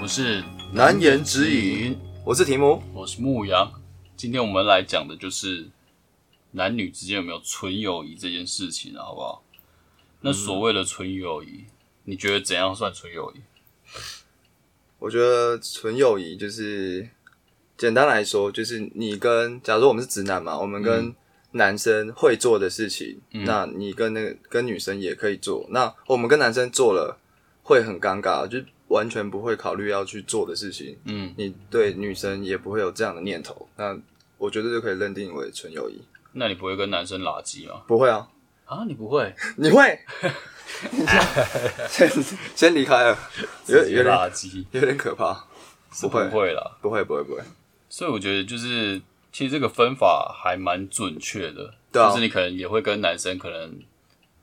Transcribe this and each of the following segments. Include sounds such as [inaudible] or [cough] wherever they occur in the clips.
们是难言之隐，我是提姆。我是牧羊。今天我们来讲的就是男女之间有没有纯友谊这件事情啊，好不好？那所谓的纯友谊，你觉得怎样算纯友谊？我觉得纯友谊就是简单来说，就是你跟假如说我们是直男嘛，我们跟男生会做的事情，那你跟那个跟女生也可以做。那我们跟男生做了会很尴尬，就是完全不会考虑要去做的事情。嗯，你对女生也不会有这样的念头。那我觉得就可以认定为纯友谊。那你不会跟男生拉鸡吗？不会啊，啊，你不会？你 [laughs] 会？你先先先离开了，有有点拉鸡，有点可怕。是不不会会啦。不会不会不会，所以我觉得就是，其实这个分法还蛮准确的，对啊就是你可能也会跟男生可能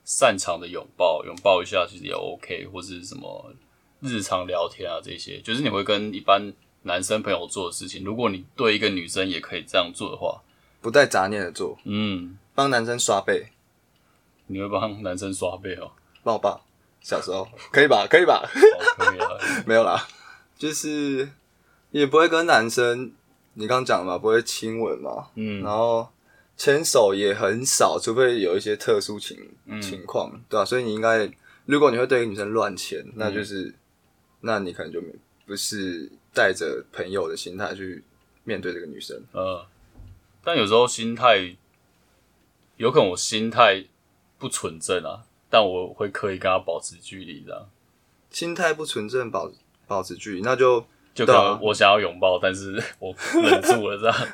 擅长的拥抱，拥抱一下其实也 OK，或是什么日常聊天啊这些，就是你会跟一般男生朋友做的事情，如果你对一个女生也可以这样做的话，不带杂念的做，嗯，帮男生刷背，你会帮男生刷背哦，抱抱。小时候可以吧？可以吧？ [laughs] 好可以啊，没有啦，就是也不会跟男生，你刚刚讲了嘛，不会亲吻嘛，嗯然后牵手也很少，除非有一些特殊情、嗯情况，对吧、啊所以你应该，如果你会对一个女生乱牵，那就是，嗯那你可能就没不是带着朋友的心态去面对这个女生。呃，但有时候心态有可能我心态不纯正啊，但我会刻意跟他保持距离这样。心态不纯正，保保持距离，那就就可对啊能我想要拥抱，但是我忍住了这样。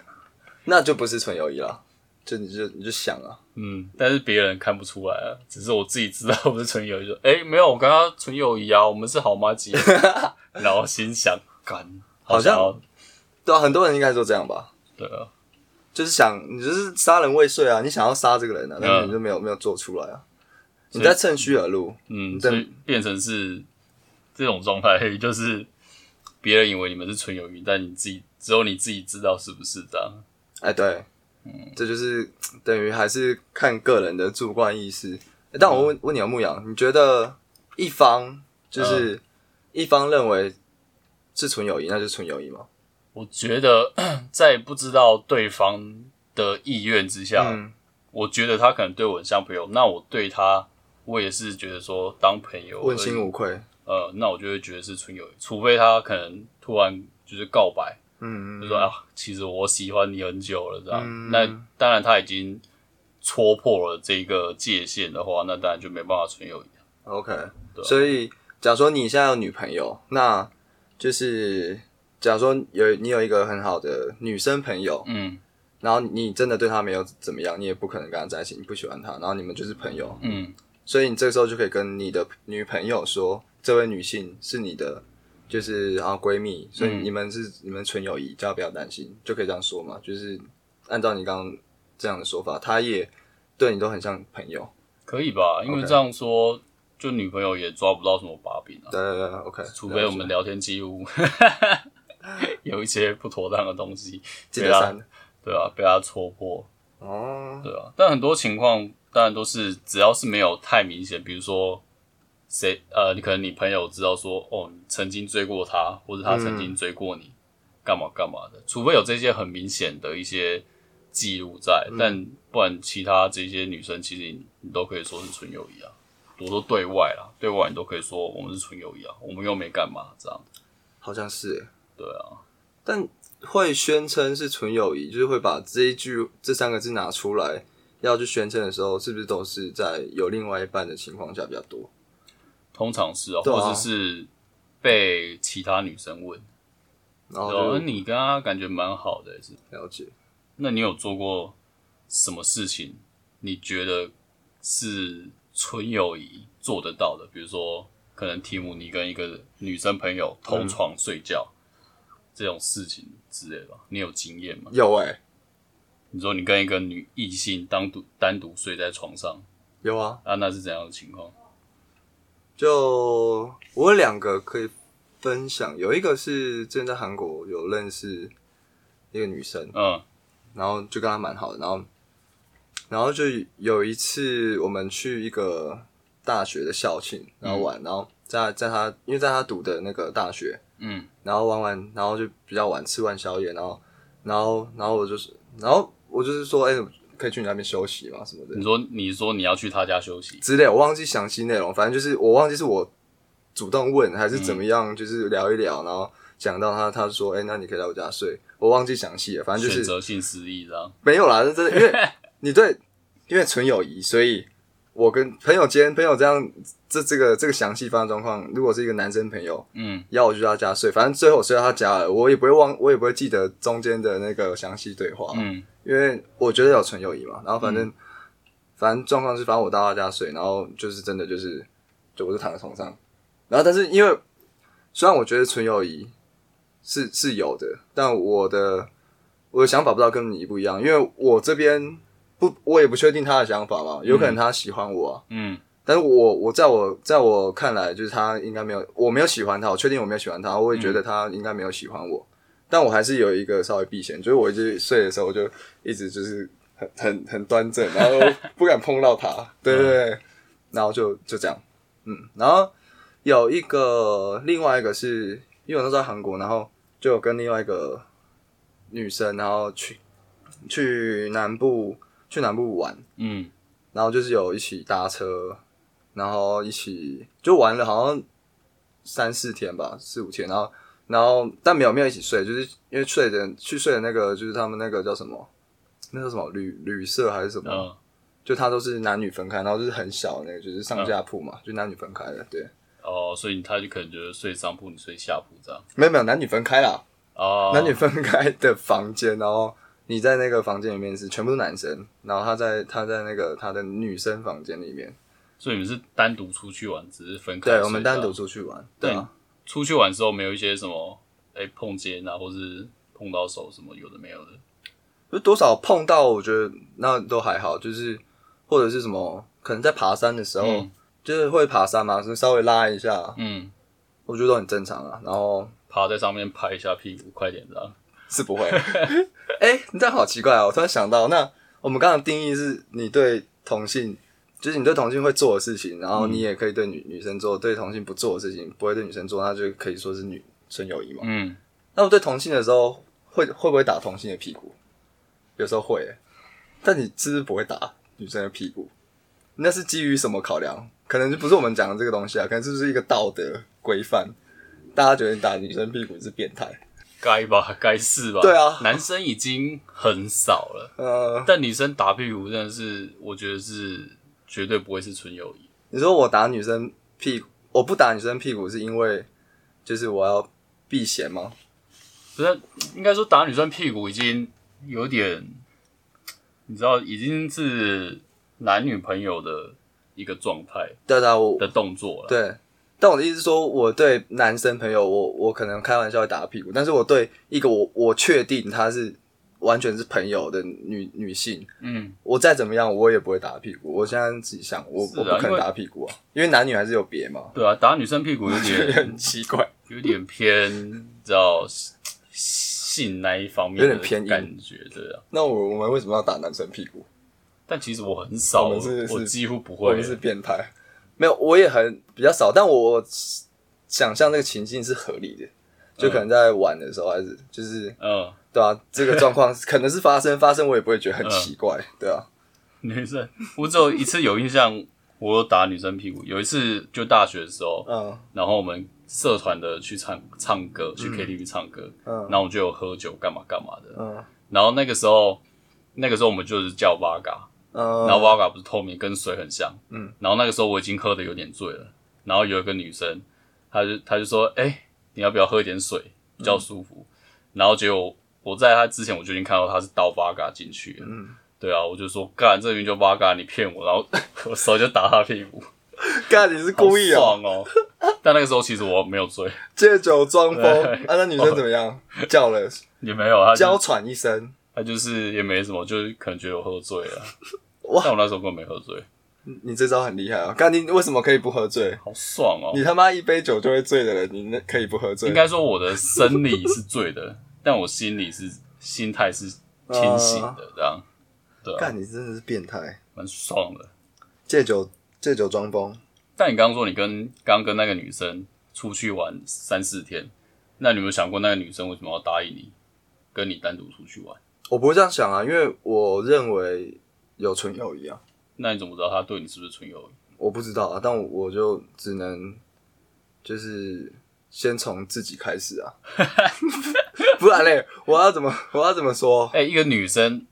那就不是纯友谊啦。就你就你就想啊，嗯，但是别人看不出来啊，只是我自己知道我是纯友谊。就哎、没有，我跟他纯友谊啊，我们是好妈鸡。 [laughs] 然后心想，干，好想像要对啊，很多人应该都这样吧，对啊，就是想你就是杀人未遂啊，你想要杀这个人啊，但是你就没有没有做出来啊，你在趁虚而入，嗯，对所以变成是这种状态，就是别人以为你们是纯友谊，但你自己只有你自己知道是不是这样。哎，对，这就是等于还是看个人的主观意识。哎但我问问你啊，牧羊，你觉得一方就是一方认为是纯友谊，那就是纯友谊吗？我觉得在不知道对方的意愿之下，嗯，我觉得他可能对我很像朋友，那我对他，我也是觉得说当朋友而已，问心无愧。呃，那我就会觉得是纯友谊，除非他可能突然就是告白，嗯就嗯说啊，其实我喜欢你很久了这样，嗯那当然他已经戳破了这个界限的话，那当然就没办法纯友谊。 ，OK。对啊所以，假如说你现在有女朋友，那就是假如说有你有一个很好的女生朋友，嗯然后你真的对她没有怎么样，你也不可能跟她在一起，你不喜欢她，然后你们就是朋友，嗯，所以你这个时候就可以跟你的女朋友说，这位女性是你的，就是啊闺蜜，所以嗯你们是、你们纯友谊，叫她不要担心，就可以这样说嘛。就是按照你刚刚这样的说法，她也对你都很像朋友。可以吧？因为 OK 这样说，就女朋友也抓不到什么把柄啊，对对对，OK。呃除非我们聊天记录 [laughs] 有一些不妥当的东西，记得删对啊，被他戳破。哦，对啊，但很多情况当然都是只要是没有太明显，比如说谁呃，你可能你朋友知道说哦，你曾经追过他，或者他曾经追过你，干、嘛干嘛的，除非有这些很明显的一些记录在，嗯但不然其他这些女生其实你你都可以说是纯友谊啊。我说对外啦，对外你都可以说我们是纯友谊啊，我们又没干嘛这样。好像是耶。对啊，但会宣称是纯友谊，就是会把这一句这三个字拿出来要去宣称的时候，是不是都是在有另外一半的情况下比较多？通常是啊，对啊或者是被其他女生问，然后然后就你跟他感觉蛮好的、是了解。那你有做过什么事情？你觉得是纯友谊做得到的？比如说，可能提姆你跟一个女生朋友嗯同床睡觉、这种事情之类的吧，你有经验吗？有哎、你说你跟一个女异性单独单独睡在床上有啊，啊，那是怎样的情况？就我有两个可以分享，有一个是之前在韩国有认识一个女生，嗯然后就跟她蛮好的，然后然后就有一次我们去一个大学的校庆，然后玩，然后在在他因为在他读的那个大学，嗯，然后玩完，然后就比较晚吃完宵夜，然后然后然后我就是，然后我就是说，哎、可以去你那边休息嘛什么的你说你说你要去他家休息，之类，我忘记详细内容，反正就是我忘记是我主动问还是嗯怎么样，就是聊一聊，然后讲到他，他说，哎、那你可以来我家睡，我忘记详细了，反正就选是择性失忆这样，没有啦，是真的，因为你对因为纯友谊，所以我跟朋友间朋友这样这这个这个详细发生状况，如果是一个男生朋友。嗯，要我去他家睡，反正最后我睡到他家了，我也不会忘，我也不会记得中间的那个详细对话，嗯因为我觉得有纯友谊嘛。然后反正、反正状况是，反正我到他家睡，然后就是真的就是就我就躺在床上，然后但是因为虽然我觉得纯友谊是是有的，但我的我的想法不知道跟你不一样，因为我这边不我也不确定他的想法嘛，有可能他喜欢我啊。嗯但是我我在我在我看来，就是他应该没有，我没有喜欢他，我确定我没有喜欢他，我也觉得他应该没有喜欢我，但我还是有一个稍微避嫌，就是我一直睡的时候，我就一直就是很很很端正，然后不敢碰到他，对对对，然后就就这样，嗯，然后有一个另外一个是因为我那时候在韩国，然后就有跟另外一个女生，然后去去南部去南部玩，嗯然后就是有一起搭车，然后一起就玩了好像三四天吧，四五天，然后然后但没有没有一起睡，就是因为睡的去睡的那个就是他们那个叫什么，那叫什么旅旅社还是什么，嗯就它都是男女分开，然后就是很小那个就是上下铺嗯嘛，就男女分开的，对，哦，所以他就可能觉得睡上铺，你睡下铺这样，没有没有男女分开啦，哦，男女分开的房间，然后你在那个房间里面是全部都男生，然后他在他在那个他的女生房间里面，所以你们是单独出去玩，只是分开睡这对样，我们单独出去玩，对啊。出去玩之后没有一些什么，哎、碰肩啊，或是碰到手什么有的没有的，就多少碰到，我觉得那都还好，就是或者是什么，可能在爬山的时候，嗯就是会爬山嘛，就稍微拉一下，嗯，我觉得都很正常啊。然后趴在上面拍一下屁股，快点啊这样，是不会，哎、你这样好奇怪哦！我突然想到，那我们刚刚的定义是你对同性，就是你对同性会做的事情，然后你也可以对女、女生做，对同性不做的事情，不会对女生做，那就可以说是女纯友谊嘛。嗯，那我对同性的时候，会会不会打同性的屁股？有时候会欸、但你是不是不会打女生的屁股？那是基于什么考量？可能就不是我们讲的这个东西啊，可能是不是一个道德规范？大家觉得你打女生屁股是变态？该吧，该是吧，对啊 [laughs] 男生已经很少了，呃，但女生打屁股真的是，我觉得是绝对不会是纯友谊，你说我打女生屁股，我不打女生屁股是因为就是我要避嫌吗？不是，应该说打女生屁股已经有点，你知道，已经是男女朋友的一个状态对啊对啊，我的动作了，对，但我的意思是说，我对男生朋友，我我可能开玩笑会打他屁股，但是我对一个我我确定她是完全是朋友的女女性，嗯，我再怎么样我也不会打他屁股。我现在自己想，我、是啊我不可因能为打他屁股啊，因为男女还是有别嘛，对啊，打女生屁股有觉 [laughs] 得点。很奇怪。有点偏，叫性那一方面有的点偏硬感觉，对啊。那我我们为什么要打男生屁股？但其实我很少，我我们是是我几乎不我会们。是变态？没有，我也很比较少，但我我想象那个情境是合理的，就可能在玩的时候还是就是嗯，对啊，这个状 [laughs] 况可能是发生发生，我也不会觉得很奇怪，对啊。女生，我只有一次有印象，我有打女生屁股。有一次就大学的时候，嗯然后我们社团的去唱唱歌，去 KTV 唱歌，嗯然后我们就有喝酒干嘛干嘛的。嗯然后那个时候，那个时候我们就是叫 v a g a 嗯，然后 v a g a 不是透明，跟水很像。嗯，然后那个时候我已经喝的有点醉了，然后有一个女生，她就她就说：“哎、你要不要喝一点水，比较舒服？”嗯然后结果我在她之前我就已经看到她是倒 v a g a 进去了。嗯，对啊，我就说干，这明明就 v a g a 你骗我，然后 [laughs] 我手就打她屁股，干你是故意好啊、爽哦！但那个时候其实我没有醉，借酒装疯对啊？那女生怎么样？叫了，也没有，她娇就喘一声，她就是也没什么，就是可能觉得我喝醉了。 [laughs] 哇但我那时候根本没喝醉，你这招很厉害啊！干你为什么可以不喝醉？好爽哦！你他妈一杯酒就会醉的人，你那可以不喝醉？应该说我的生理是醉的， [laughs] 但我心里是心态是清醒的，这样对啊，干你真的是变态，蛮爽的。借酒借酒装疯。但你刚刚说你跟刚刚跟那个女生出去玩三四天，那你有没有想过那个女生为什么要答应你跟你单独出去玩？我不会这样想啊，因为我认为有纯友谊啊，那你怎么知道她对你是不是纯友谊？我不知道啊，但我我就只能就是先从自己开始啊，不然嘞，我要怎么我要怎么说？哎、一个女生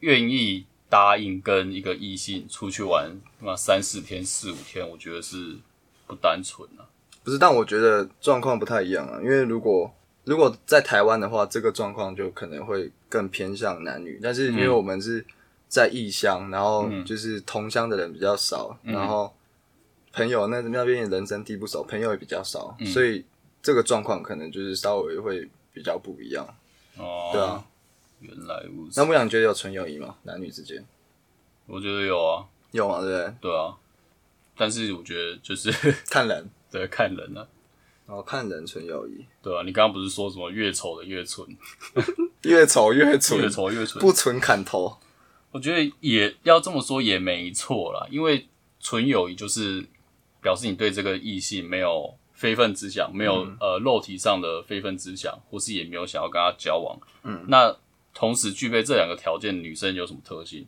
愿意答应跟一个异性出去玩，那三四天、四五天，我觉得是不单纯啊。不是，但我觉得状况不太一样啊，因为如果如果在台湾的话，这个状况就可能会更偏向男女，但是因为我们是在异乡，然后就是同乡的人比较少，然后朋友那那边人生地不熟，朋友也比较少，所以这个状况可能就是稍微会比较不一样。哦，对啊，原来如那此。牧羊觉得有纯友谊吗？男女之间我觉得有啊，有吗？对不对？对啊，但是我觉得就是 [laughs] 看人，对看人啊，然后哦看人纯友谊，对啊，你刚刚不是说什么越丑的越蠢，越丑越蠢，越丑越蠢？不纯砍头。我觉得也要这么说也没错啦，因为纯友谊就是表示你对这个异性没有非分之想，没有、嗯呃肉体上的非分之想，或是也没有想要跟他交往。嗯，那同时具备这两个条件，女生有什么特性？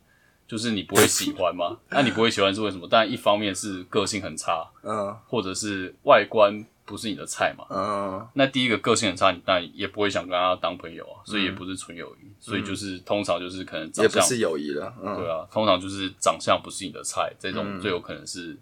就是你不会喜欢吗？ [laughs] 那你不会喜欢是为什么？当然，一方面是个性很差，嗯或者是外观不是你的菜嘛。嗯，那第一个个性很差，你当然也不会想跟他当朋友啊，所以也不是纯友谊。所以就是通常就是可能长嗯也不相是友谊了。嗯，对啊，通常就是长相不是你的菜，这种最有可能是、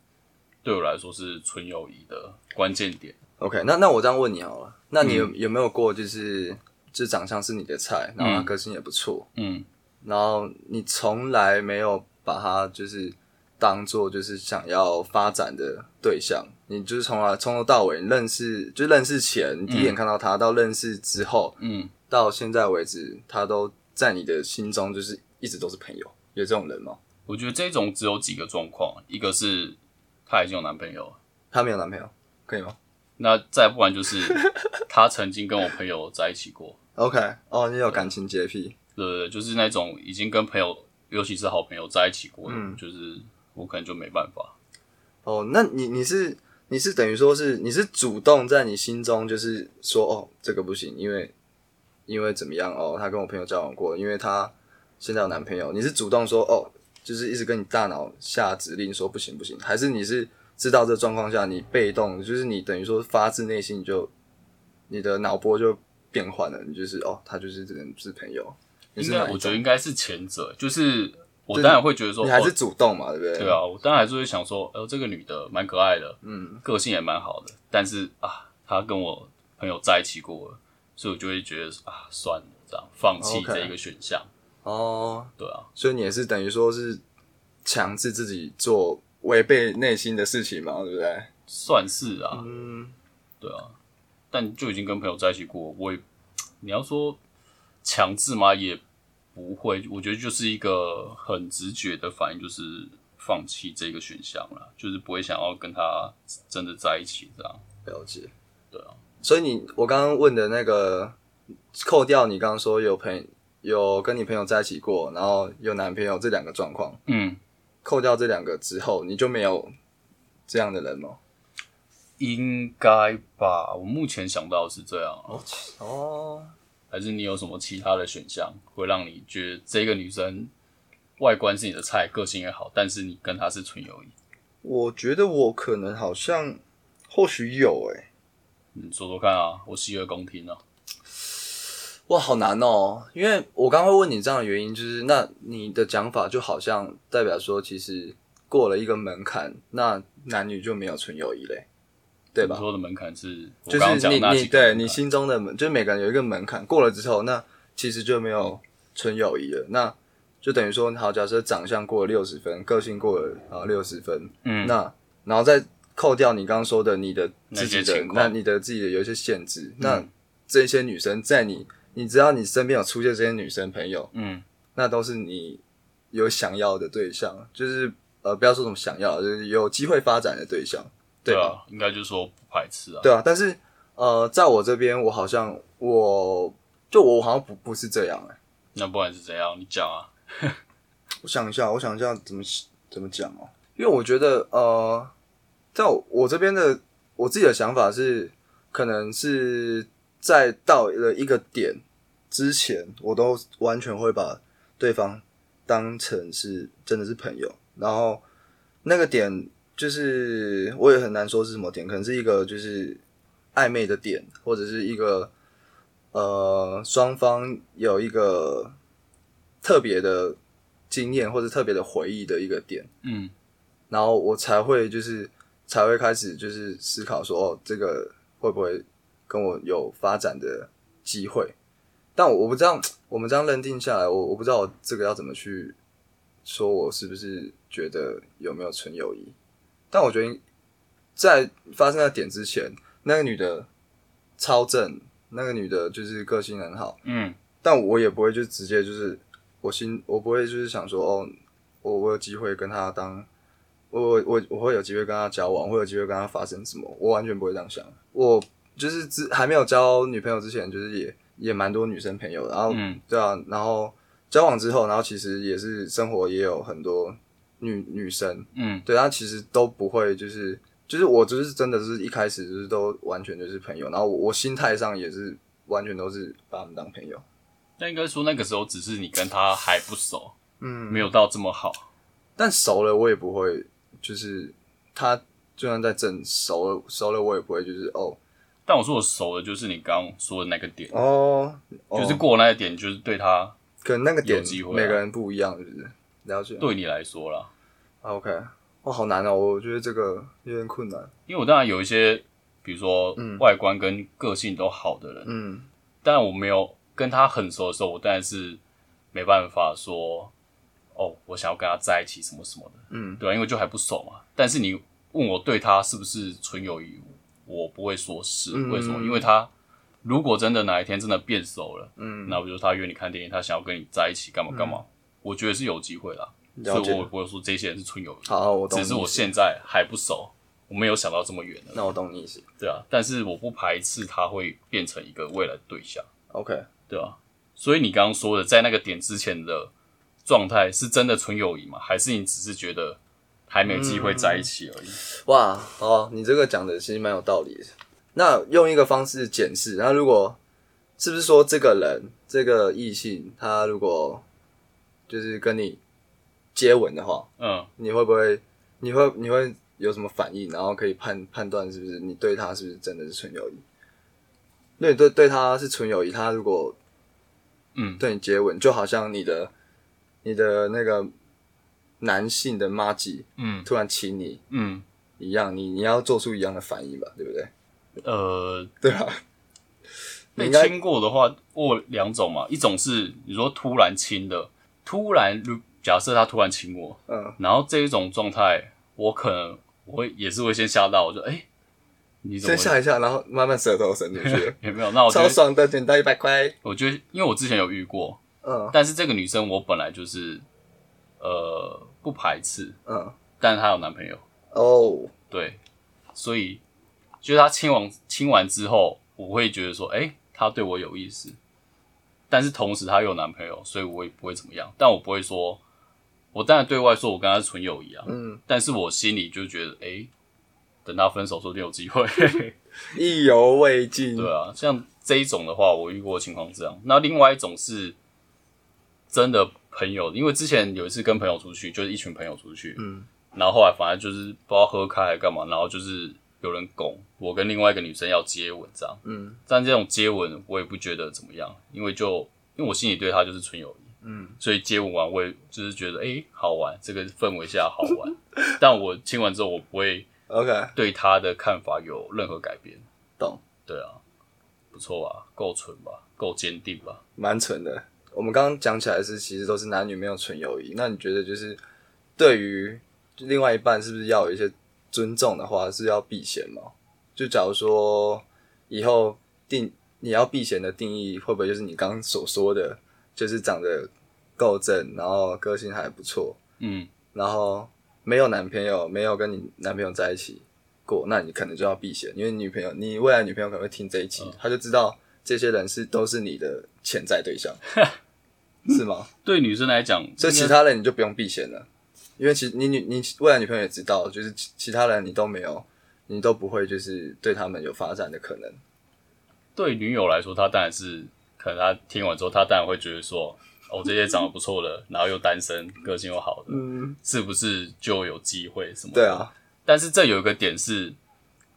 对我来说是纯友谊的关键点。 OK，那那我这样问你好了，那你有、嗯有没有过就是这长相是你的菜，然后他个性也不错，嗯，然后你从来没有把他就是当做就是想要发展的对象，你就是从来从头到尾认识，就认识前你第一眼看到他，到认识之后，嗯，到现在为止，他都在你的心中就是一直都是朋友，有这种人吗？我觉得这种只有几个状况，一个是她已经有男朋友了，他没有男朋友，可以吗那再不然就是她曾经跟我朋友在一起过， [laughs] ？OK，哦，你有感情洁癖，对对对，就是那种已经跟朋友，尤其是好朋友在一起过的，嗯就是我可能就没办法。哦，那你你是你是等于说是你是主动在你心中就是说哦这个不行，因为因为怎么样哦，她跟我朋友交往过，因为她现在有男朋友，你是主动说哦，就是一直跟你大脑下指令说不行不行，还是你是知道这状况下你被动，就是你等于说发自内心你就你的脑波就变换了，你就是哦，他就是只能是朋友，你应是该哪我觉一种？得应该是前者，就是我就是当然会觉得说，你还哦是主动嘛，对不对？对啊，我当然还是会想说，呃，这个女的蛮可爱的，嗯，个性也蛮好的，但是啊，她跟我朋友在一起过了，所以我就会觉得啊，算了，这样放弃 OK 这一个选项。哦，对啊，所以你也是等于说是强制自己做违背内心的事情嘛，对不对？算是啊，嗯，对啊，但就已经跟朋友在一起过，我也你要说强制嘛，也不会，我觉得就是一个很直觉的反应，就是放弃这个选项了，就是不会想要跟她真的在一起这样。了解。对啊，所以你我刚刚问的那个，扣掉你刚刚说有朋有跟你朋友在一起过，然后有男朋友这两个状况，嗯，扣掉这两个之后，你就没有这样的人吗？应该吧，我目前想到的是这样啊，哦，还是你有什么其他的选项会让你觉得这个女生外观是你的菜，个性也好，但是你跟她是纯友谊？我觉得我可能好像或许有欸诶、你说说看啊，我洗耳恭听啊。哇，好难哦！因为我刚刚会问你这样的原因，就是那你的讲法就好像代表说，其实过了一个门槛，那男女就没有纯友谊嘞，对吧你？说的门槛是，我就刚刚是讲你的那你几个门对槛你心中的门，就是每个人有一个门槛，过了之后，那其实就没有纯友谊了。那就等于说，好，假设长相过了六十分，个性过了啊六十分，嗯那然后再扣掉你刚刚说的你的那自些己的情况嗯那你的自己的有一些限制，那这些女生在你，你知道你身边有出现这些女生朋友，嗯，那都是你有想要的对象，就是呃不要说什么想要，就是有机会发展的对象，对啊，吧？应该就是说不排斥啊。对啊，但是呃，在我这边，我好像我就我好像不不是这样哎、那不管是怎样，你讲啊。我想一下，我想一下怎么怎么讲哦、因为我觉得呃，但我我这边的我自己的想法是，可能是在到了一个点之前，我都完全会把对方当成是真的是朋友，然后那个点就是我也很难说是什么点，可能是一个就是暧昧的点，或者是一个呃双方有一个特别的经验或者特别的回忆的一个点。嗯然后我才会就是才会开始就是思考说，哦，这个会不会跟我有发展的机会？但我不知道我们这样认定下来，我我不知道我这个要怎么去说，我是不是觉得有没有纯友谊？但我觉得在发生那点之前，那个女的超正，那个女的就是个性很好，嗯但我也不会就直接就是我心，我不会就是想说哦，我我有机会跟他当，我我我我会有机会跟他交往，会有机会跟他发生什么，我完全不会这样想。我就是之还没有交女朋友之前，就是也也蛮多女生朋友的，然后、嗯对啊，然后交往之后，然后其实也是生活也有很多女女生，嗯对，他其实都不会，就是就是我就是真的是一开始就是都完全就是朋友，然后我我心态上也是完全都是把他们当朋友。那应该说那个时候只是你跟他还不熟，嗯没有到这么好。但熟了我也不会，就是他就算在正熟了，熟了我也不会，就是哦但我说我熟的就是你刚刚说的那个点，哦，就是哦过了那个点，就是对他可能那个点有机会啊每个人不一样，是不是？了解。对你来说啦。啊，OK，哇，好难哦，我觉得这个有点困难。因为我当然有一些，比如说外观跟个性都好的人，嗯但我没有跟他很熟的时候，我当然是没办法说，哦，我想要跟他在一起什么什么的，嗯，对啊，因为就还不熟嘛。但是你问我对他是不是纯友谊，我不会说是，嗯为什么？因为他如果真的哪一天真的变熟了，嗯，那不就是他约你看电影，他想要跟你在一起干嘛干嘛？我觉得是有机会啦，所了以我也解。哦不会说这些人是纯友谊，好，我懂你只意思。是我现在还不熟，我没有想到这么远的，那我懂你意思。对啊。但是我不排斥他会变成一个未来的对象。 OK，对啊，所以你刚刚说的，在那个点之前的状态，是真的纯友谊吗？还是你只是觉得还没有机会在一起而已？哇，哦，你这个讲的其实蛮有道理的。那用一个方式检视，那如果是不是说这个人这个异性，他如果就是跟你接吻的话，嗯你会不会，你会你会有什么反应，然后可以判判断是不是你对他是不是真的是纯友谊？那你对对他是纯友谊，他如果嗯，对你接吻，就好像你的你的那个男性的妈吉嗯突然亲你嗯，一样，你你要做出一样的反应吧，对不对？呃，对啊，你被应该亲过的话，我有两种嘛，一种是你说突然亲的，突然如假设他突然亲我，嗯，然后这一种状态，我可能我会也是会先吓到，我就哎、诶你怎先么哦吓一吓，然后慢慢舌头伸出 [laughs]，去有没有？那我觉超得爽的，捡到一百块。我觉得，因为我之前有遇过，嗯但是这个女生我本来就是呃不排斥，嗯，但是她有男朋友，哦，对，所以就是她亲完亲完之后，我会觉得说，哎、她对我有意思，但是同时她有男朋友，所以我也不会怎么样，但我不会说，我当然对外说我跟她是纯友谊啊，嗯，但是我心里就觉得，哎、等她分手说不定有机 [laughs] 会，意犹未尽。对啊，像这一种的话，我遇过的情况是这样。那另外一种是真的朋友，因为之前有一次跟朋友出去，就是一群朋友出去，嗯，然后后来反正就是不知道喝开还干嘛，然后就是有人拱我跟另外一个女生要接吻这样，嗯但这种接吻我也不觉得怎么样，因为就因为我心里对她就是纯友谊，嗯，所以接吻完我也就是觉得诶好玩，这个氛围下好玩， [laughs] 但我亲完之后我不会，OK，对她的看法有任何改变。懂，对啊，不错吧？够纯吧？够坚定吧？蛮蠢的。我们刚刚讲起来是，其实都是男女没有纯友谊。那你觉得就是对于另外一半，是不是要有一些尊重的话，是要避嫌吗？就假如说以后定你要避嫌的定义，会不会就是你刚刚所说的，就是长得够正，然后个性还不错，嗯，然后没有男朋友，没有跟你男朋友在一起过，那你可能就要避嫌，因为女朋友，你未来女朋友可能会听这一期，她就知道这些人是都是你的 [laughs] 潜在对象，是吗？对女生来讲，所以其应该他人你就不用避嫌了。因为其实你女你未来女朋友也知道，就是其其他人你都没有，你都不会就是对他们有发展的可能。对女友来说，她当然是可能她听完之后，她当然会觉得说，哦，这些长得不错的，然后又单身，个性又好的，嗯，是不是就有机会什么？对。啊，但是这有一个点是，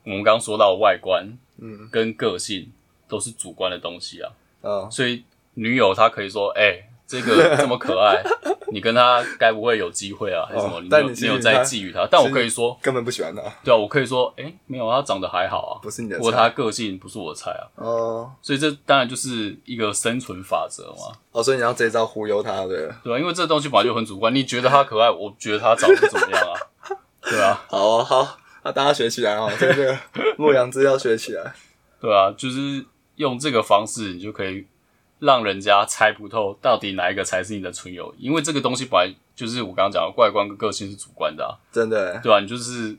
我们刚刚说到外观嗯跟个性都是主观的东西啊，嗯，所以女友她可以说，哎、这 [laughs] 个这么可爱，你跟她该不会有机会啊？还是什么？哦你没但有你其没有实在她觊觎她？但我可以说，根本不喜欢他，对啊，我可以说，哎、没有，她长得还好啊，不是你的不过菜她个性不是我的菜啊，哦所以这当然就是一个生存法则嘛，哦，所以你要这一招忽悠他，对了，对啊，因为这东西本来就很主观，你觉得她可爱，我觉得她长得不怎么 [laughs] 样啊，对啊，好哦好，那大家学起来哦，这个 [laughs] 牧羊资料学起来，对啊，就是用这个方式，你就可以让人家猜不透到底哪一个才是你的纯友谊，因为这个东西本来就是我刚刚讲的，外观跟个性是主观的啊，真的，对吧、你就是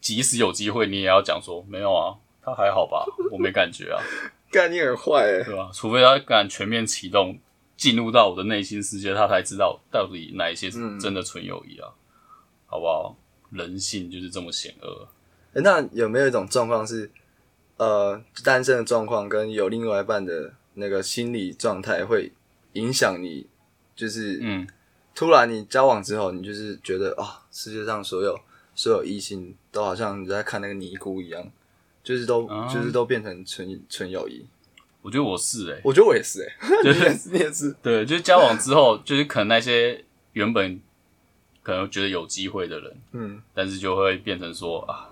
即使有机会，你也要讲说没有啊，她还好吧，我没感觉啊。概念很坏哎，对吧、啊除非他敢全面启动，进入到我的内心世界，他才知道到底哪一些嗯是真的纯友谊啊，好不好？人性就是这么险恶。欸那有没有一种状况是，呃，单身的状况跟有另外一半的那个心理状态会影响你？就是嗯，突然你交往之后，你就是觉得啊、世界上所有所有异性都好像你在看那个尼姑一样，就是都、啊就是都变成纯纯友谊。我觉得我是诶、我觉得我也是、欸， [laughs] 就你也是是，你也是，对，就是交往之后，就是可能那些原本可能觉得有机会的人，嗯，但是就会变成说啊，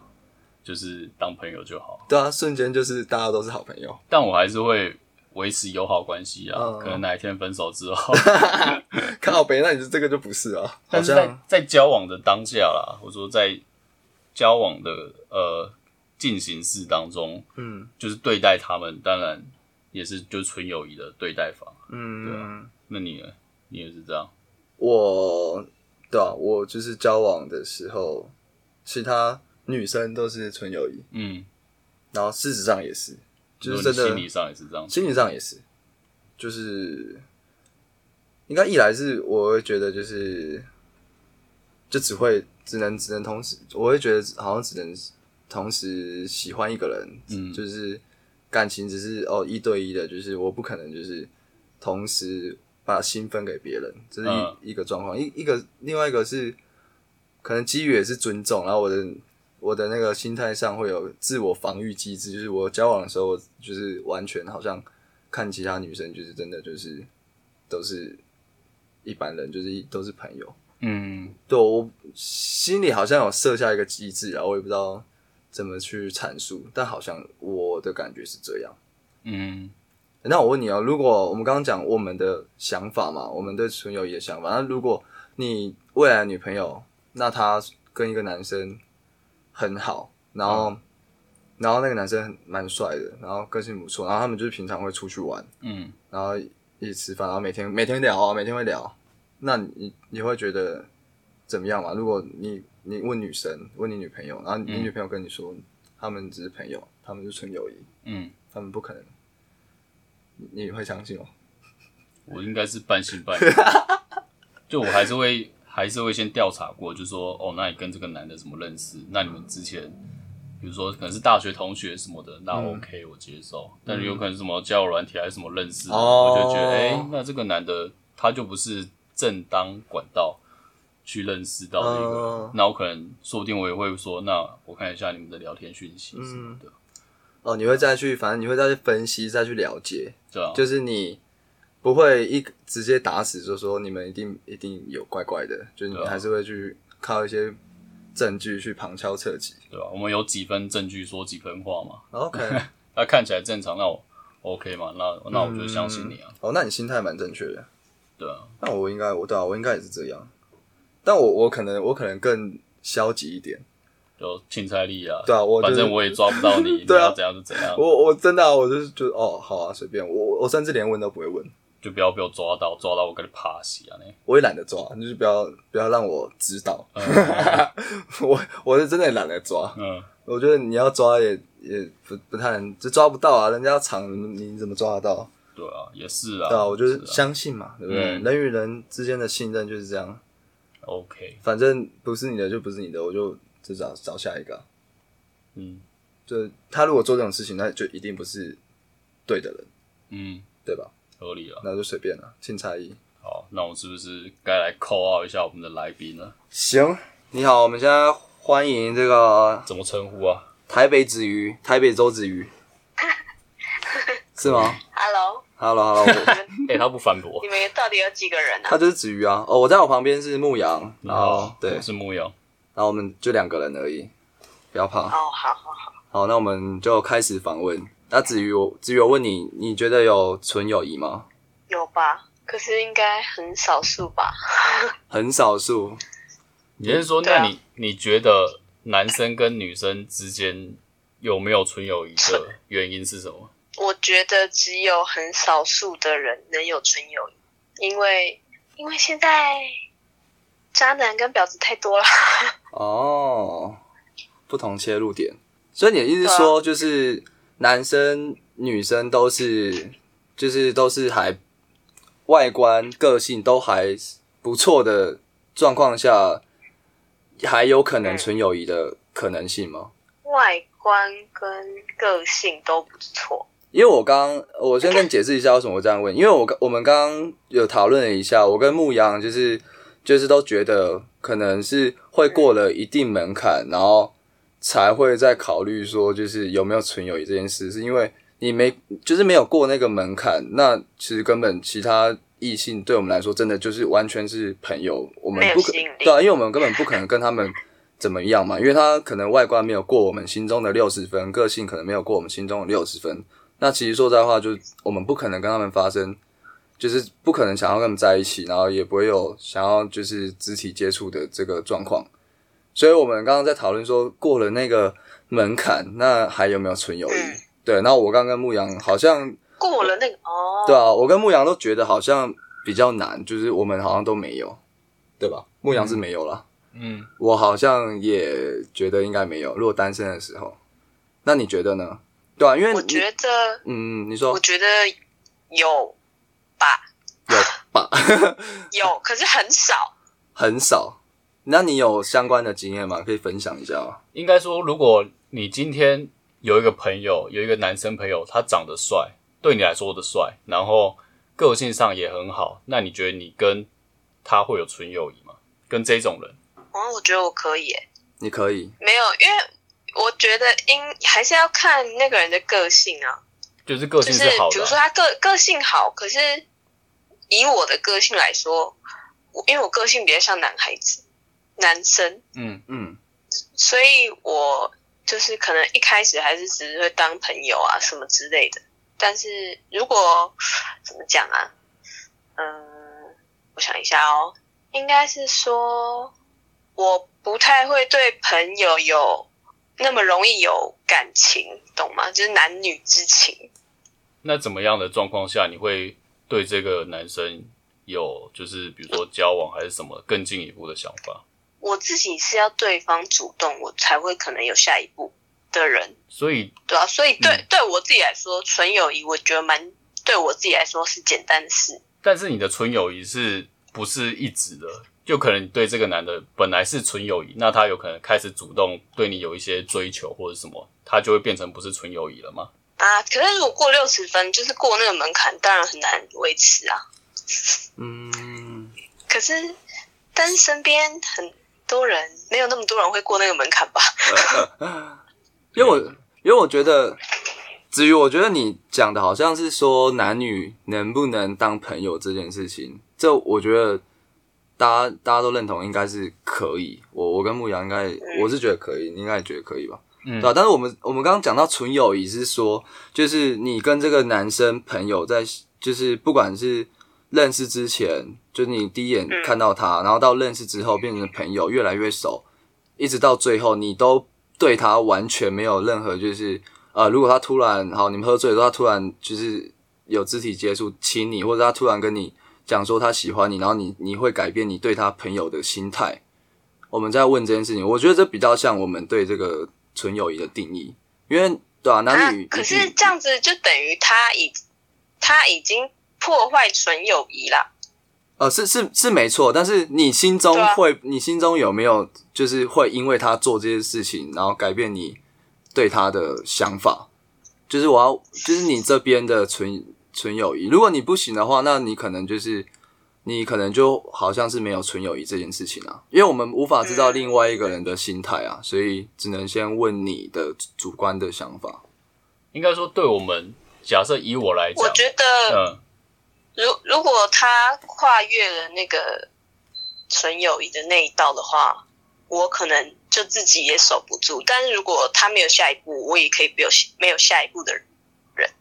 就是当朋友就好。对啊，瞬间就是大家都是好朋友。 [laughs] 但我还是会维持友好关系啊，嗯可能哪一天分手 [laughs] 之后。靠北，那你就这个就不是啊，好但是在像在交往的当下啦，我说在交往的呃进行式当中，嗯就是对待他们，当然也是就是纯友谊的对待法。嗯。对啊那你呢？你也是这样？我对啊，我就是交往的时候，其他女生都是纯友谊，嗯，然后事实上也是，就是你真说的你心理上也是这样。心理上也是，就是应该一来是我会觉得就是就只会只能只能同时，我会觉得好像只能同时喜欢一个人，嗯就是感情只是哦一对一的，就是我不可能就是同时把心分给别人，这是一、嗯一个状况，一一个另外一个是可能基于也是尊重，然后我的我的那个心态上会有自我防御机制，就是我交往的时候，我就是完全好像看其他女生，就是真的就是都是一般人，就是一都是朋友。嗯，对我心里好像有设下一个机制，啊然后我也不知道怎么去阐述，但好像我的感觉是这样。嗯，那我问你哦，如果我们刚刚讲我们的想法嘛，我们对纯友谊的想法，那如果你未来的女朋友，那她跟一个男生很好，然后、然后那个男生很蛮帅的，然后个性不错，然后他们就是平常会出去玩，嗯，然后一起吃饭，然后每天每天聊啊，每天会聊，那你你会觉得怎么样嘛？如果你你问女生，问你女朋友，然后你嗯女朋友跟你说，他们只是朋友，他们是纯友谊，嗯，他们不可能，你你会相信吗？我应该是半信 [laughs] 半疑。就我还是会还是会先调查过，就说哦，那你跟这个男的怎么认识？那你们之前，比如说可能是大学同学什么的，那嗯 OK、我接受。但是有可能是什么交友软体还是什么认识的，哦我就觉得哎、诶那这个男的他就不是正当管道去认识到的一个人。哦那我可能说不定我也会说，那我看一下你们的聊天讯息什么的，哦，你会再去，反正你会再去分析，再去了解，对啊，就是你不会一直接打死，就说你们一定一定有怪怪的，就是你对啊还是会去靠一些证据去旁敲 [laughs] 侧击。对啊吧、我们有几分证据说几分话嘛。 OK，那看起来正常，那我 OK 嘛？那那我就相信你啊，哦，那你心态蛮正确的。对啊，那我应该，我对啊，我应该也是这样，但我我可能我可能更消极一点。就青菜力啊，对啊，我、就反是、正我也抓不到 [laughs] 你，对你啊要怎样就怎样，我我真的、啊、我就是觉得哦，好啊，随便我我甚至连问都不会问，就不要被我抓到，抓到我给你趴死啊你！我也懒得抓，你就是不要不要让我知道，嗯 [laughs] 我我是真的懒得抓。嗯，我觉得你要抓也也不不太能，就抓不到啊，人家要藏你怎么抓得到？对啊，也是啊，对啊，我就是是啊相信嘛，对不对？嗯人与人之间的信任就是这样，啊 OK，反正不是你的就不是你的，我就就找找下一个啊。嗯就他如果做这种事情，那就一定不是对的人，嗯，对吧？合理了。那就随便了，钦差一。好，那我们是不是该来扣二一下我们的来宾了？行，你好，我们现在欢迎这个怎么称呼啊？台北子瑜，台北周子瑜，是吗 Hello， ？Hello Hello，我 [laughs] 哎、他不反驳 [laughs] 你。们到底有几个人啊他？就是子瑜啊。哦，我在我旁边是牧羊，你然后好，哦对，我然是牧羊。后我们就两个人而已，不要怕。哦，好好好，好，那我们就开始访问。那子瑜，我子瑜，我问你，你觉得有纯友谊吗？有吧？可是应该很少数吧？很少数，你是说，对啊那你你觉得男生跟女生之间有没有纯友谊的原因是什么？我觉得只有很少数的人能有纯友谊，因为因为现在渣男跟婊子太多了。 [laughs] 哦，不同切入点。所以你的意思是说，就是男生、女生都是，就是都是还外观、个性都还不错的状况下，还有可能纯友谊的可能性吗？外观跟个性都不错，因为我刚，我先跟你解释一下为什么我这样问，因为我刚我们刚刚有讨论了一下，我跟牧羊就是就是都觉得可能是会过了一定门槛，然后才会再考虑说就是有没有纯友谊这件事，是因为你没就是没有过那个门槛，那其实根本其他异性对我们来说真的就是完全是朋友，我们没有不可吸引力对啊，因为我们根本不可能跟他们怎么样嘛，因为他可能外观没有过我们心中的六十分，个性可能没有过我们心中的六十分，那其实说实在话，就是我们不可能跟他们发生，就是不可能想要跟他们在一起，然后也不会有想要就是肢体接触的这个状况。所以我们刚刚在讨论说，过了那个门槛，那还有没有纯友谊？嗯对，那我刚跟牧羊好像，过了那个哦，对啊，我跟牧羊都觉得好像比较难，就是我们好像都没有，对吧？牧羊是没有啦，嗯，我好像也觉得应该没有。如果单身的时候，那你觉得呢？对啊，因为我你觉得嗯，你说我觉得有吧，有吧？有，可是很少。很少。那你有相关的经验吗？可以分享一下吗？应该说，如果你今天有一个朋友，有一个男生朋友，他长得帅，对你来说的帅，然后个性上也很好，那你觉得你跟他会有纯友谊吗？跟这种人？哦，我觉得我可以耶，你可以，没有，因为我觉得因还是要看那个人的个性啊，就是个就性是好比的如说啊、他个个性好，可是以我的个性来说，我因为我个性比较像男孩子、男生，嗯嗯所以我就是可能一开始还是只是会当朋友啊什么之类的。但是如果怎么讲啊，嗯，我想一下哦，应该是说我不太会对朋友有那么容易有感情，懂吗？就是男女之情。那怎么样的状况下你会对这个男生有就是比如说交往还是什么更进一步的想法？我自己是要对方主动，我才会可能有下一步的人，所以对啊，所以对、嗯对我自己来说，纯友谊我觉得蛮对我自己来说是简单的事。但是你的纯友谊是不是一直的？就可能你对这个男的本来是纯友谊，那他有可能开始主动对你有一些追求或者什么，他就会变成不是纯友谊了吗？啊，可是如果过六十分，就是过那个门槛，当然很难维持啊。嗯，可是，但是身边很多人没有那么多人会过那个门槛吧？因为我因为我觉得，至于我觉得你讲的好像是说男女能不能当朋友这件事情，这我觉得大家大家都认同，应该是可以。我我跟牧羊应该我是觉得可以，你应该也觉得可以吧？嗯对、啊，但是我们我们刚刚讲到纯友谊是说，就是你跟这个男生朋友在，就是不管是认识之前，就是你第一眼嗯看到他，然后到认识之后变成朋友，越来越熟，一直到最后，你都对他完全没有任何就是呃，如果他突然好，你们喝醉了，他突然就是有肢体接触亲你，或者他突然跟你讲说他喜欢你，然后你你会改变你对他朋友的心态。我们在问这件事情，我觉得这比较像我们对这个纯友谊的定义，因为对啊，男女、一啊，可定是这样子就等于他已他已经破坏纯友谊啦。呃，是是是没错，但是你心中对啊会，你心中有没有就是会因为他做这些事情，然后改变你对他的想法？就是我要，就是你这边的纯纯友谊，如果你不行的话，那你可能就是你可能就好像是没有纯友谊这件事情啊，因为我们无法知嗯道另外一个人的心态啊，所以只能先问你的主观的想法。应该说对我们，假设以我来讲我，觉得嗯，如如果他跨越了那个纯友谊的那一道的话，我可能就自己也守不住。但是如果他没有下一步，我也可以没有没有下一步的人。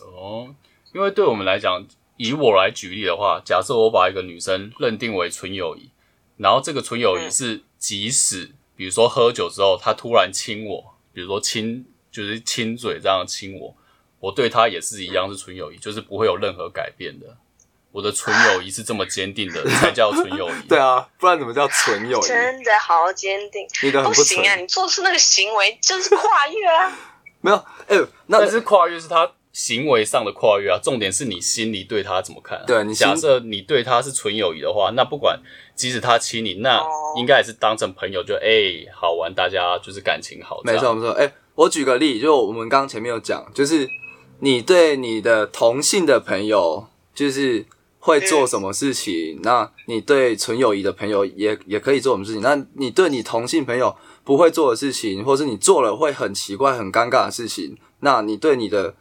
哦，因为对我们来讲，以我来举例的话，假设我把一个女生认定为纯友谊，然后这个纯友谊嗯是即使比如说喝酒之后，她突然亲我，比如说亲就是亲嘴这样亲我，我对她也是一样是纯友谊，就是不会有任何改变的。我的纯友谊是这么坚定的，才叫纯友谊。对啊，不然怎么叫纯友谊？真的好坚定，你的很不不纯行，啊！你做出那个行为就是跨越啊！没有，哎、那但是跨越是他行为上的跨越啊，重点是你心里对他怎么看啊、对你心假设你对他是纯友谊的话，那不管即使他亲你，那哦应该也是当成朋友，就哎、好玩，大家就是感情好。没这错样，没错，哎、我举个例，就我们刚刚前面有讲，就是你对你的同性的朋友，就是会做什么事情，那你对纯友谊的朋友也也可以做什么事情，那你对你同性朋友不会做的事情，或是你做了会很奇怪、很尴尬的事情，那你对你的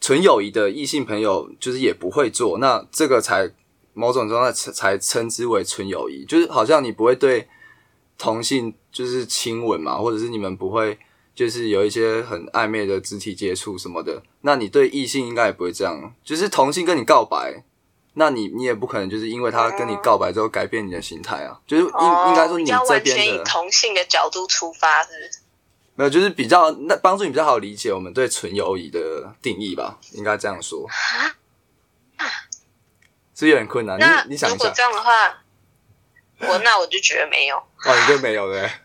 纯友谊的异性朋友就是也不会做，那这个才某种状态才才称之为纯友谊，就是好像你不会对同性就是亲吻嘛，或者是你们不会就是有一些很暧昧的肢体接触什么的，那你对异性应该也不会这样，就是同性跟你告白。那你你也不可能就是因为他跟你告白之后改变你的心态啊， [laughs] 就是应、哦，应该说你要这完边全的以同性的角度出发，是不是？没有，就是比较那帮助你比较好理解我们对纯友谊的定义吧，应该这样说。是不是有点困难，那啊你你想如一果下，这样的话，我那我就觉得没有。哇，你就没有了欸，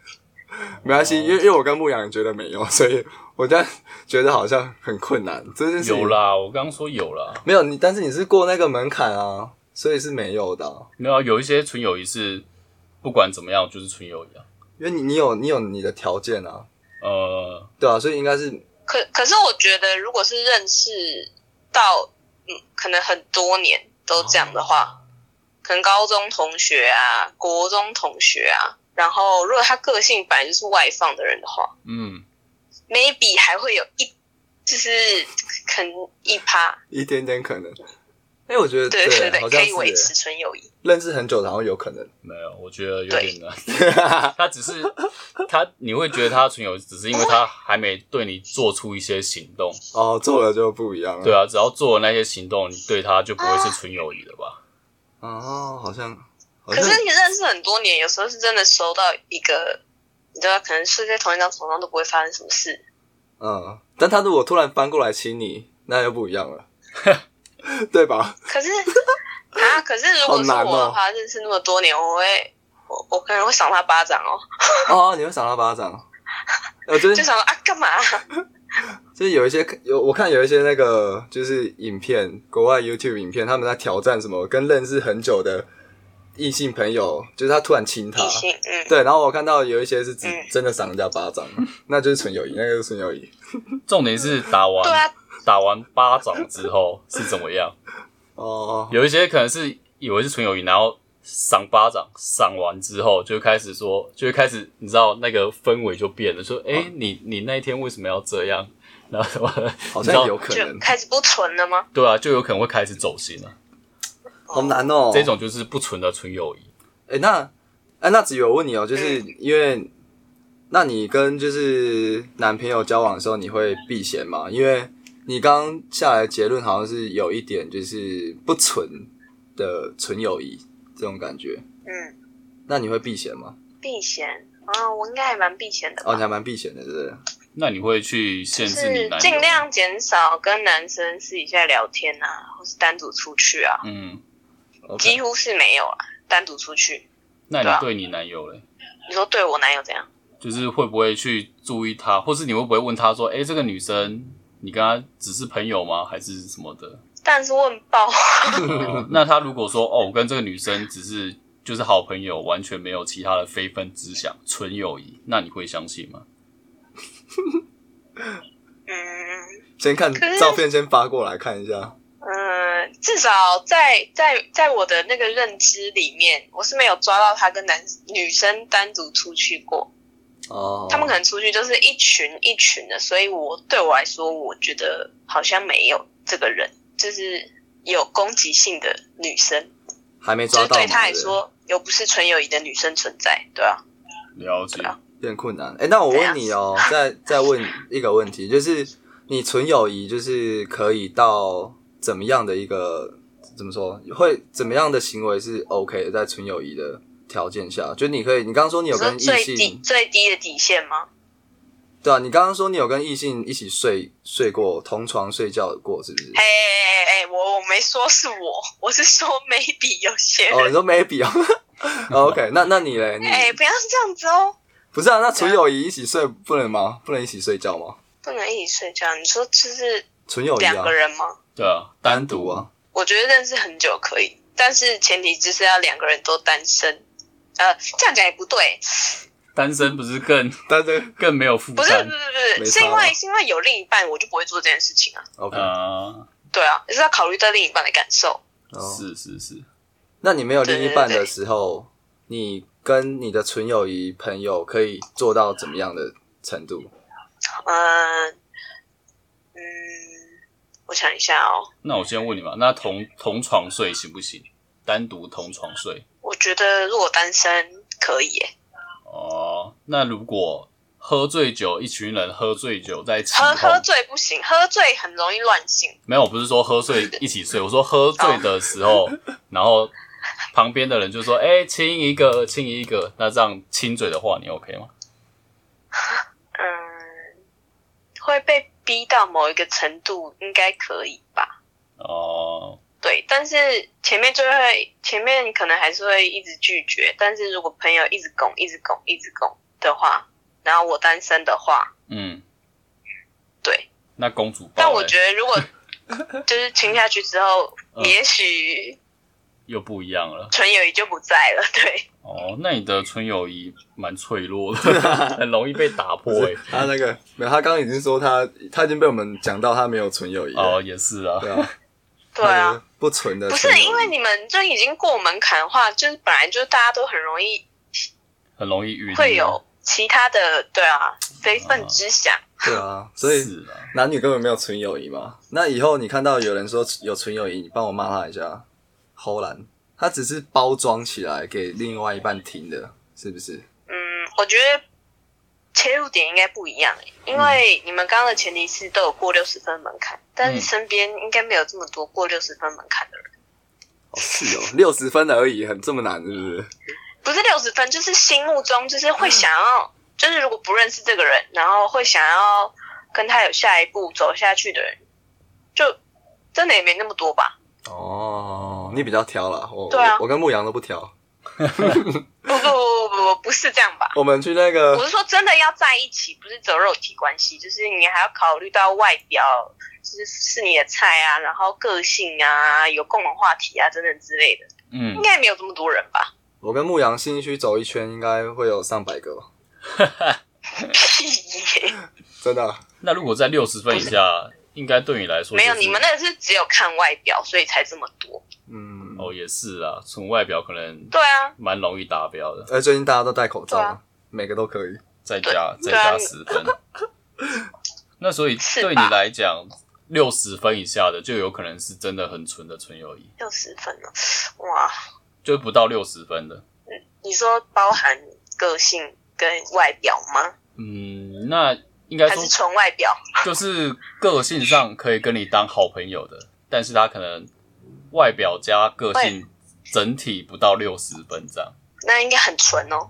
没关系，因为因为我跟牧羊觉得没有，所以我这样觉得好像很困难。这件事情有，啦，我刚刚说有啦，没有你，但是你是过那个门槛啊，所以是没有的啊、没有啊、有一些纯友谊是不管怎么样就是纯友谊啊。因为你你有你有你的条件啊，呃，对啊，所以应该是可可是我觉得，如果是认识到嗯，可能很多年都这样的哦话，可能高中同学啊、国中同学啊，然后如果他个性本来就是外放的人的话嗯， ，maybe 还会有一就是可能一趴，一点点可能。哎、我觉得对对对，好可像以是维持欸纯友谊。认识很久的，好像有可能。 [laughs] 没有，我觉得有点难。 [laughs] 他只是他，你会觉得他纯友谊，只是因为他还没对你做出一些行动。哦，做了就不一样了。对啊，只要做了那些行动，你对他就不会是纯友谊了吧？哦，好像，好可像是你认识很多年，有时候是真的收到一个，你知道，可能睡在同一张床上都不会发生什么事。嗯，但他如果突然翻过来亲你，那又不一 [laughs] 样了，对吧？可是 [laughs] 啊，可是如果是好难哦我的话，认识那么多年，我会我我可能会赏他巴掌哦，哦，你会赏他巴 [laughs] 掌。哦我觉得就想说啊 [laughs] 干嘛？就是有一些有我看有一些那个就是影片，国外 YouTube 影片，他们在挑战什么跟认识很久的异性朋友，就是他突然亲他异，性，嗯，对，然后我看到有一些是只嗯真的赏人家巴掌，那就是纯友谊，那个就是纯友谊。重点是打完、对啊，打完巴掌之后是怎么样？哦，有一些可能是以为是纯友谊，然后赏巴掌，赏完之后就开始说，就会开始你知道那个氛围就变了，说哎、诶你你那一天为什么要这样？ [laughs] 然后什么好你知像道有可能就，哦开始不纯了吗？对啊，就有可能会开始走心了、好难哦。这种就是不纯的纯友谊。哎、那哎、那只有我问你哦，就是嗯因为，那你跟就是男朋友交往的时候，你会避嫌吗？因为你刚下来结论好像是有一点就是不纯的纯友谊这种感觉，嗯，那你会避嫌吗？避嫌啊，我应该还蛮避嫌的哦，吧你，还蛮避嫌的，对不对？那你会去限就制你是男友？尽量减少跟男生私底下聊天啊，或是单独出去啊，嗯，几 OK，乎是没有啊，单独出去。那对啊你对你男友嘞？你说对我男友怎样？就是会不会去注意他，或是你会不会问他说：“哎、这个女生，你跟她只是朋友吗？还是什么的当但是问爆，那他如果说哦，我跟这个女生只是就是好朋友，完全没有其他的非分之想，纯友谊，那你会相信吗？嗯先看可是照片，先发过来看一下。嗯，至少在在在我的那个认知里面，我是没有抓到他跟男女生单独出去过，哦，他们可能出去就是一群一群的，所以我对我来说，我觉得好像没有这个人，就是有攻击性的女生，还没就抓是到嘛，对他来不说又不是纯友谊的女生存在，对啊，了解，有点困难。哎、那我问你哦、再再问一个问题，就是你纯友谊就是可以到怎么样的一个怎么说，会怎么样的行为是 OK 的，在纯友谊的条件下，就你可以，你刚刚说你你有说跟异最低性，最低的底线吗？对啊，你刚刚说你有跟异性一起睡睡过，同床睡觉过，是不是哎？哎哎哎，我我没说是我，我是说 maybe 有些哦，人，你说 maybe 哦 [laughs] 哦，OK，那那你嘞？你哎、不要这样子哦。不是啊？那纯友谊一起睡不能吗？不能一起睡觉吗？不能一起睡觉。你说就是纯友谊两啊个，人吗？对啊，单单独啊，我觉得认识很久可以，但是前提就是要两个人都单身。呃，这样讲也不对，单身不是更但是更没有负不是担不是不没是，差是因吧为是因为有另一半，我就不会做这件事情啊。 OK，啊？对啊，也是要考虑到另一半的感受。哦是是是，那你没有另一半对对的对时候，你跟你的纯友谊朋友可以做到怎么样的程度？嗯、嗯，我想一下哦，那我先问你嘛，那同同床睡行不行？单独同床睡我觉得如果单身可以耶，哦？那如果喝醉酒，一群人喝醉酒在起嗯喝哄喝，醉不行，喝醉很容易乱性。没有，我不是说喝醉一起睡，我说喝醉的时 [laughs] 候，然后旁边的人就说：“哎、亲一个，亲一个。”那这样亲嘴的话，你 OK 吗？嗯，会被逼到某一个程度，应该可以吧？哦、对，但是前面就会，前面可能还是会一直拒绝，但是如果朋友一直拱、一直拱、一直拱的话，然后我单身的话，嗯，对，那公主抱、但我哎觉得如果就是亲下去之后，嗯也许又不一样了。纯友谊就不在了，对，哦，那你的纯友谊蛮脆弱的， [laughs] 很容易被打 [laughs] 破、哎。他那个没有，他刚刚已经说他他已经被我们讲到他没有纯友谊了哦，，也是啊。对啊， [laughs] 对他啊就，不纯的不纯是友谊，因为你们就已经过门槛的话，就是本来就大家都很容易很容易晕。啊会有其他的，对啊，非分之想。对啊，所以是啊，男女根本没有纯友谊嘛。那以后你看到有人说有纯友谊，你帮我骂他一下，侯兰，他只是包装起来给另外一半听的，是不是？嗯，我觉得切入点应该不一样欸，因为你们刚刚的前提是都有过六十分门槛，但是身边应该没有这么多过六十分门槛的人。哦，是哦，六十分而已，很这么难，是不是？不是六十分，就是心目中就是会想要，就是如果不认识这个人，然后会想要跟他有下一步走下去的人，就真的也没那么多吧？哦，你比较挑啦，我对啊我我跟牧羊都不挑。不不不不不不，不是这样吧？我们去那我个是说真的要在一起，不是只有肉体关系，就是你还要考虑到外表，就是是你的菜啊，然后个性啊，有共同话题啊，等等之类的，嗯应，该没有这么多人 [laughs] 吧？我跟牧羊新区走一圈，应该会有上百个吧？屁耶真的啊？那如果在六十分以下，应该对你来说、没有，就是你们那个是只有看外表，所以才这么多。嗯，哦也是啊，从外表可能对啊，蛮容易达标的，哎，最近大家都戴口罩对啊啊，每个都可以。再加再对啊加十分。那所以是对你吧来讲，六十分以下的就有可能是真的很纯的纯友谊，六十分了，哇！就不到六十分的。你说包含个性跟外表吗？嗯，那应该还说是纯外表？就是个性上可以跟你当好朋友的，但是他可能外表加个性整体不到六十分这样。那应该很纯哦。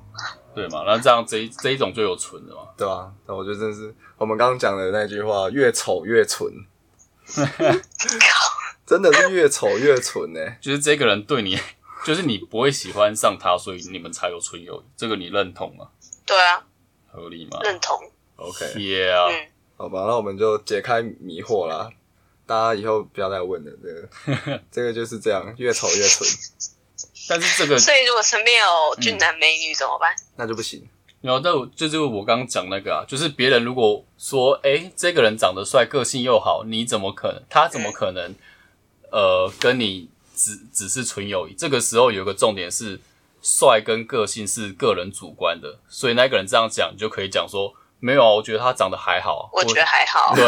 对嘛？那这样这一这一种就有纯的嘛？对啊，那我觉得真的是我们刚刚讲的那句话，越丑越 [laughs] 蠢，真的是越丑越蠢欸呢、就是这个人对你，就是你不会喜欢上他，所以你们才有纯友谊。这个你认同吗？对啊，合理吗认同。 OK， ？Yeah，啊嗯，好吧，那我们就解开迷惑啦。大家以后不要再问了，这个这个就是这样，越丑越蠢，但是这个所以如果身边有俊男美女怎么办？那就不行。然后，但我这就是我刚刚讲那个啊，就是别人如果说，哎、这个人长得帅，个性又好，你怎么可能？他嗯怎么可能？呃，跟你只只是纯友谊。这个时候有一个重点是，帅跟个性是个人主观的，所以那个人这样讲，你就可以讲说，没有啊，我觉得他长得还好啊，我觉得还好或。对，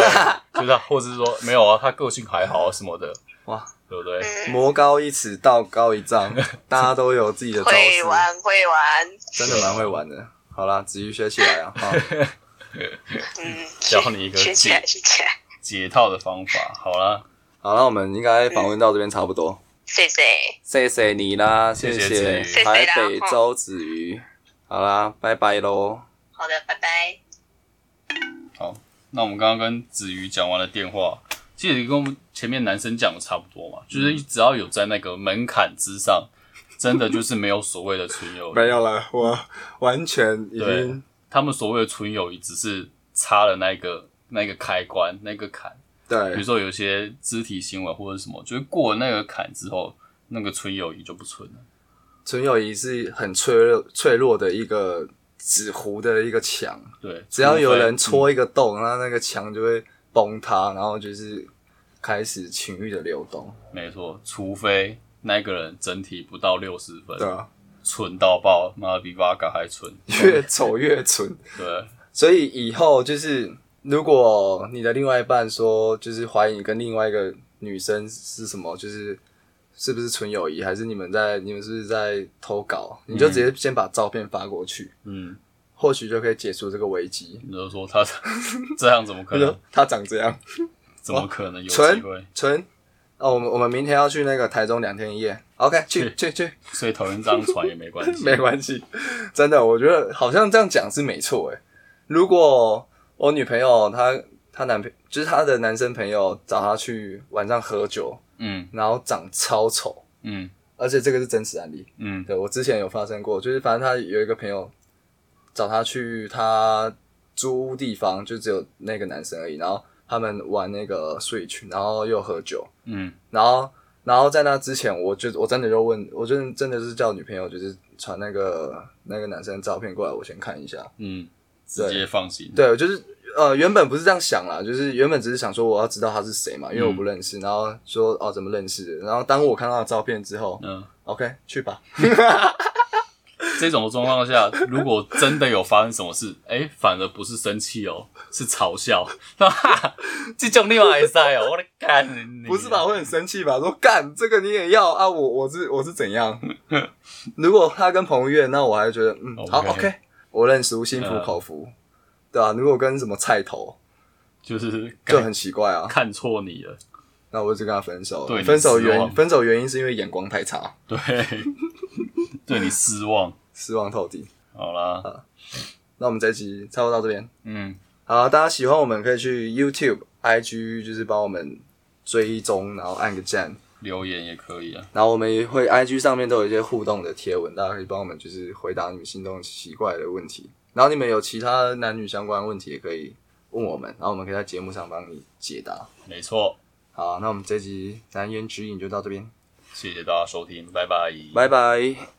就是他，或者是说没有啊，他个性还好啊什么的，哇，对不对？嗯，魔高一尺，道高一 [laughs] 丈，大家都有自己的招会式，玩会玩，真的蛮会玩的。好啦，子瑜学起来啊！ [laughs] 哈嗯，教你一个学起来，解学起来，解套的方法。好啦，好了，我们应该访问到这边差不多。谢谢，谢谢你啦，谢谢谢子瑜台谢谢北啦周子瑜。好啦，拜拜喽。好的，拜拜。好，那我们刚刚跟子瑜讲完了电话，其实跟我们前面男生讲的差不多嘛，嗯就是只要有在那个门槛之上，真的就是没有所谓的纯友谊。没有了，我完全已对经，他们所谓的纯友谊，只是插了那个那个开关那个坎，比如对说有些肢体行为或者什么，就是过了那个坎之后，那个纯友谊就不纯了。纯友谊是很脆弱脆弱的一个纸糊的一个墙，对，只要有人除非，戳一个洞，那那个墙就会崩塌，然后就是开始情欲的流动，嗯没错，除非那个人整体不到六十分对，啊，蠢到爆，妈比 v 嘎还蠢。 [laughs] 越丑越蠢。对，啊所以以后就是，如果你的另外一半说，就是怀疑你跟另外一个女生是什么，就是是不是纯友谊，还是你们在你们是不是在偷搞，你就直接先把照片发过去，嗯。或许就可以解除这个危机。你就说他这样怎么 [laughs] 可他说能？他长这样，怎么可能有纯机会？纯。哦，我们我们明天要去那个台中两天一夜，OK，去去去，所以讨厌这张船也没关系。 [laughs] 没关系，真的，我觉得好像这样讲是没错诶。如果我女朋友她她男朋就是她的男生朋友找她去晚上喝酒，嗯然后长超丑，嗯而且这个是真实案例，嗯对我之前有发生过，就是反正她有一个朋友找她去她租屋地方，就只有那个男生而已，然后他们玩那个 Switch，然后又喝酒，嗯然后然后在那之前，我就我真的就问，我真的真的是叫女朋友，就是传那个那个男生的照片过来，我先看一下。嗯，直接放心。对，就是呃原本不是这样想啦，就是原本只是想说我要知道他是谁嘛，因嗯为我不认识，然后说哦怎么认识的，然后当我看到照片之后、嗯， o k 去吧。这种状况下，如果真的有发生什么事，哎、反而不是生气哦，是嘲笑。 [laughs] 哈哈，这种另外赛哦，我的干你！不是吧？？会很生气吧？说干这个你也要啊？我我是我是怎样？如果他跟彭于晏，那我还觉得嗯嗯哦 OK 好 OK，我认输，心服嗯口服，对啊，如果跟什么菜头，就是就看很奇怪啊。看错你了。那我就跟他分手。对分手你失原望分手原因是因为眼光太差，对， [laughs] 对你失望。失望透顶。好啦，那我们这一集差不多到这边。嗯，好，大家喜欢我们可以去 YouTube、IG，就是帮我们追踪，然后按个赞。留言也可以啊。然后我们也会 IG 上面都有一些互动的贴文，大家可以帮我们就是回答你们心中奇怪的问题。然后你们有其他男女相关的问题也可以问我们，然后我们可以在节目上帮你解答。没错，好，那我们这集《难言之隐》就到这边，谢谢大家收听，拜拜，拜拜。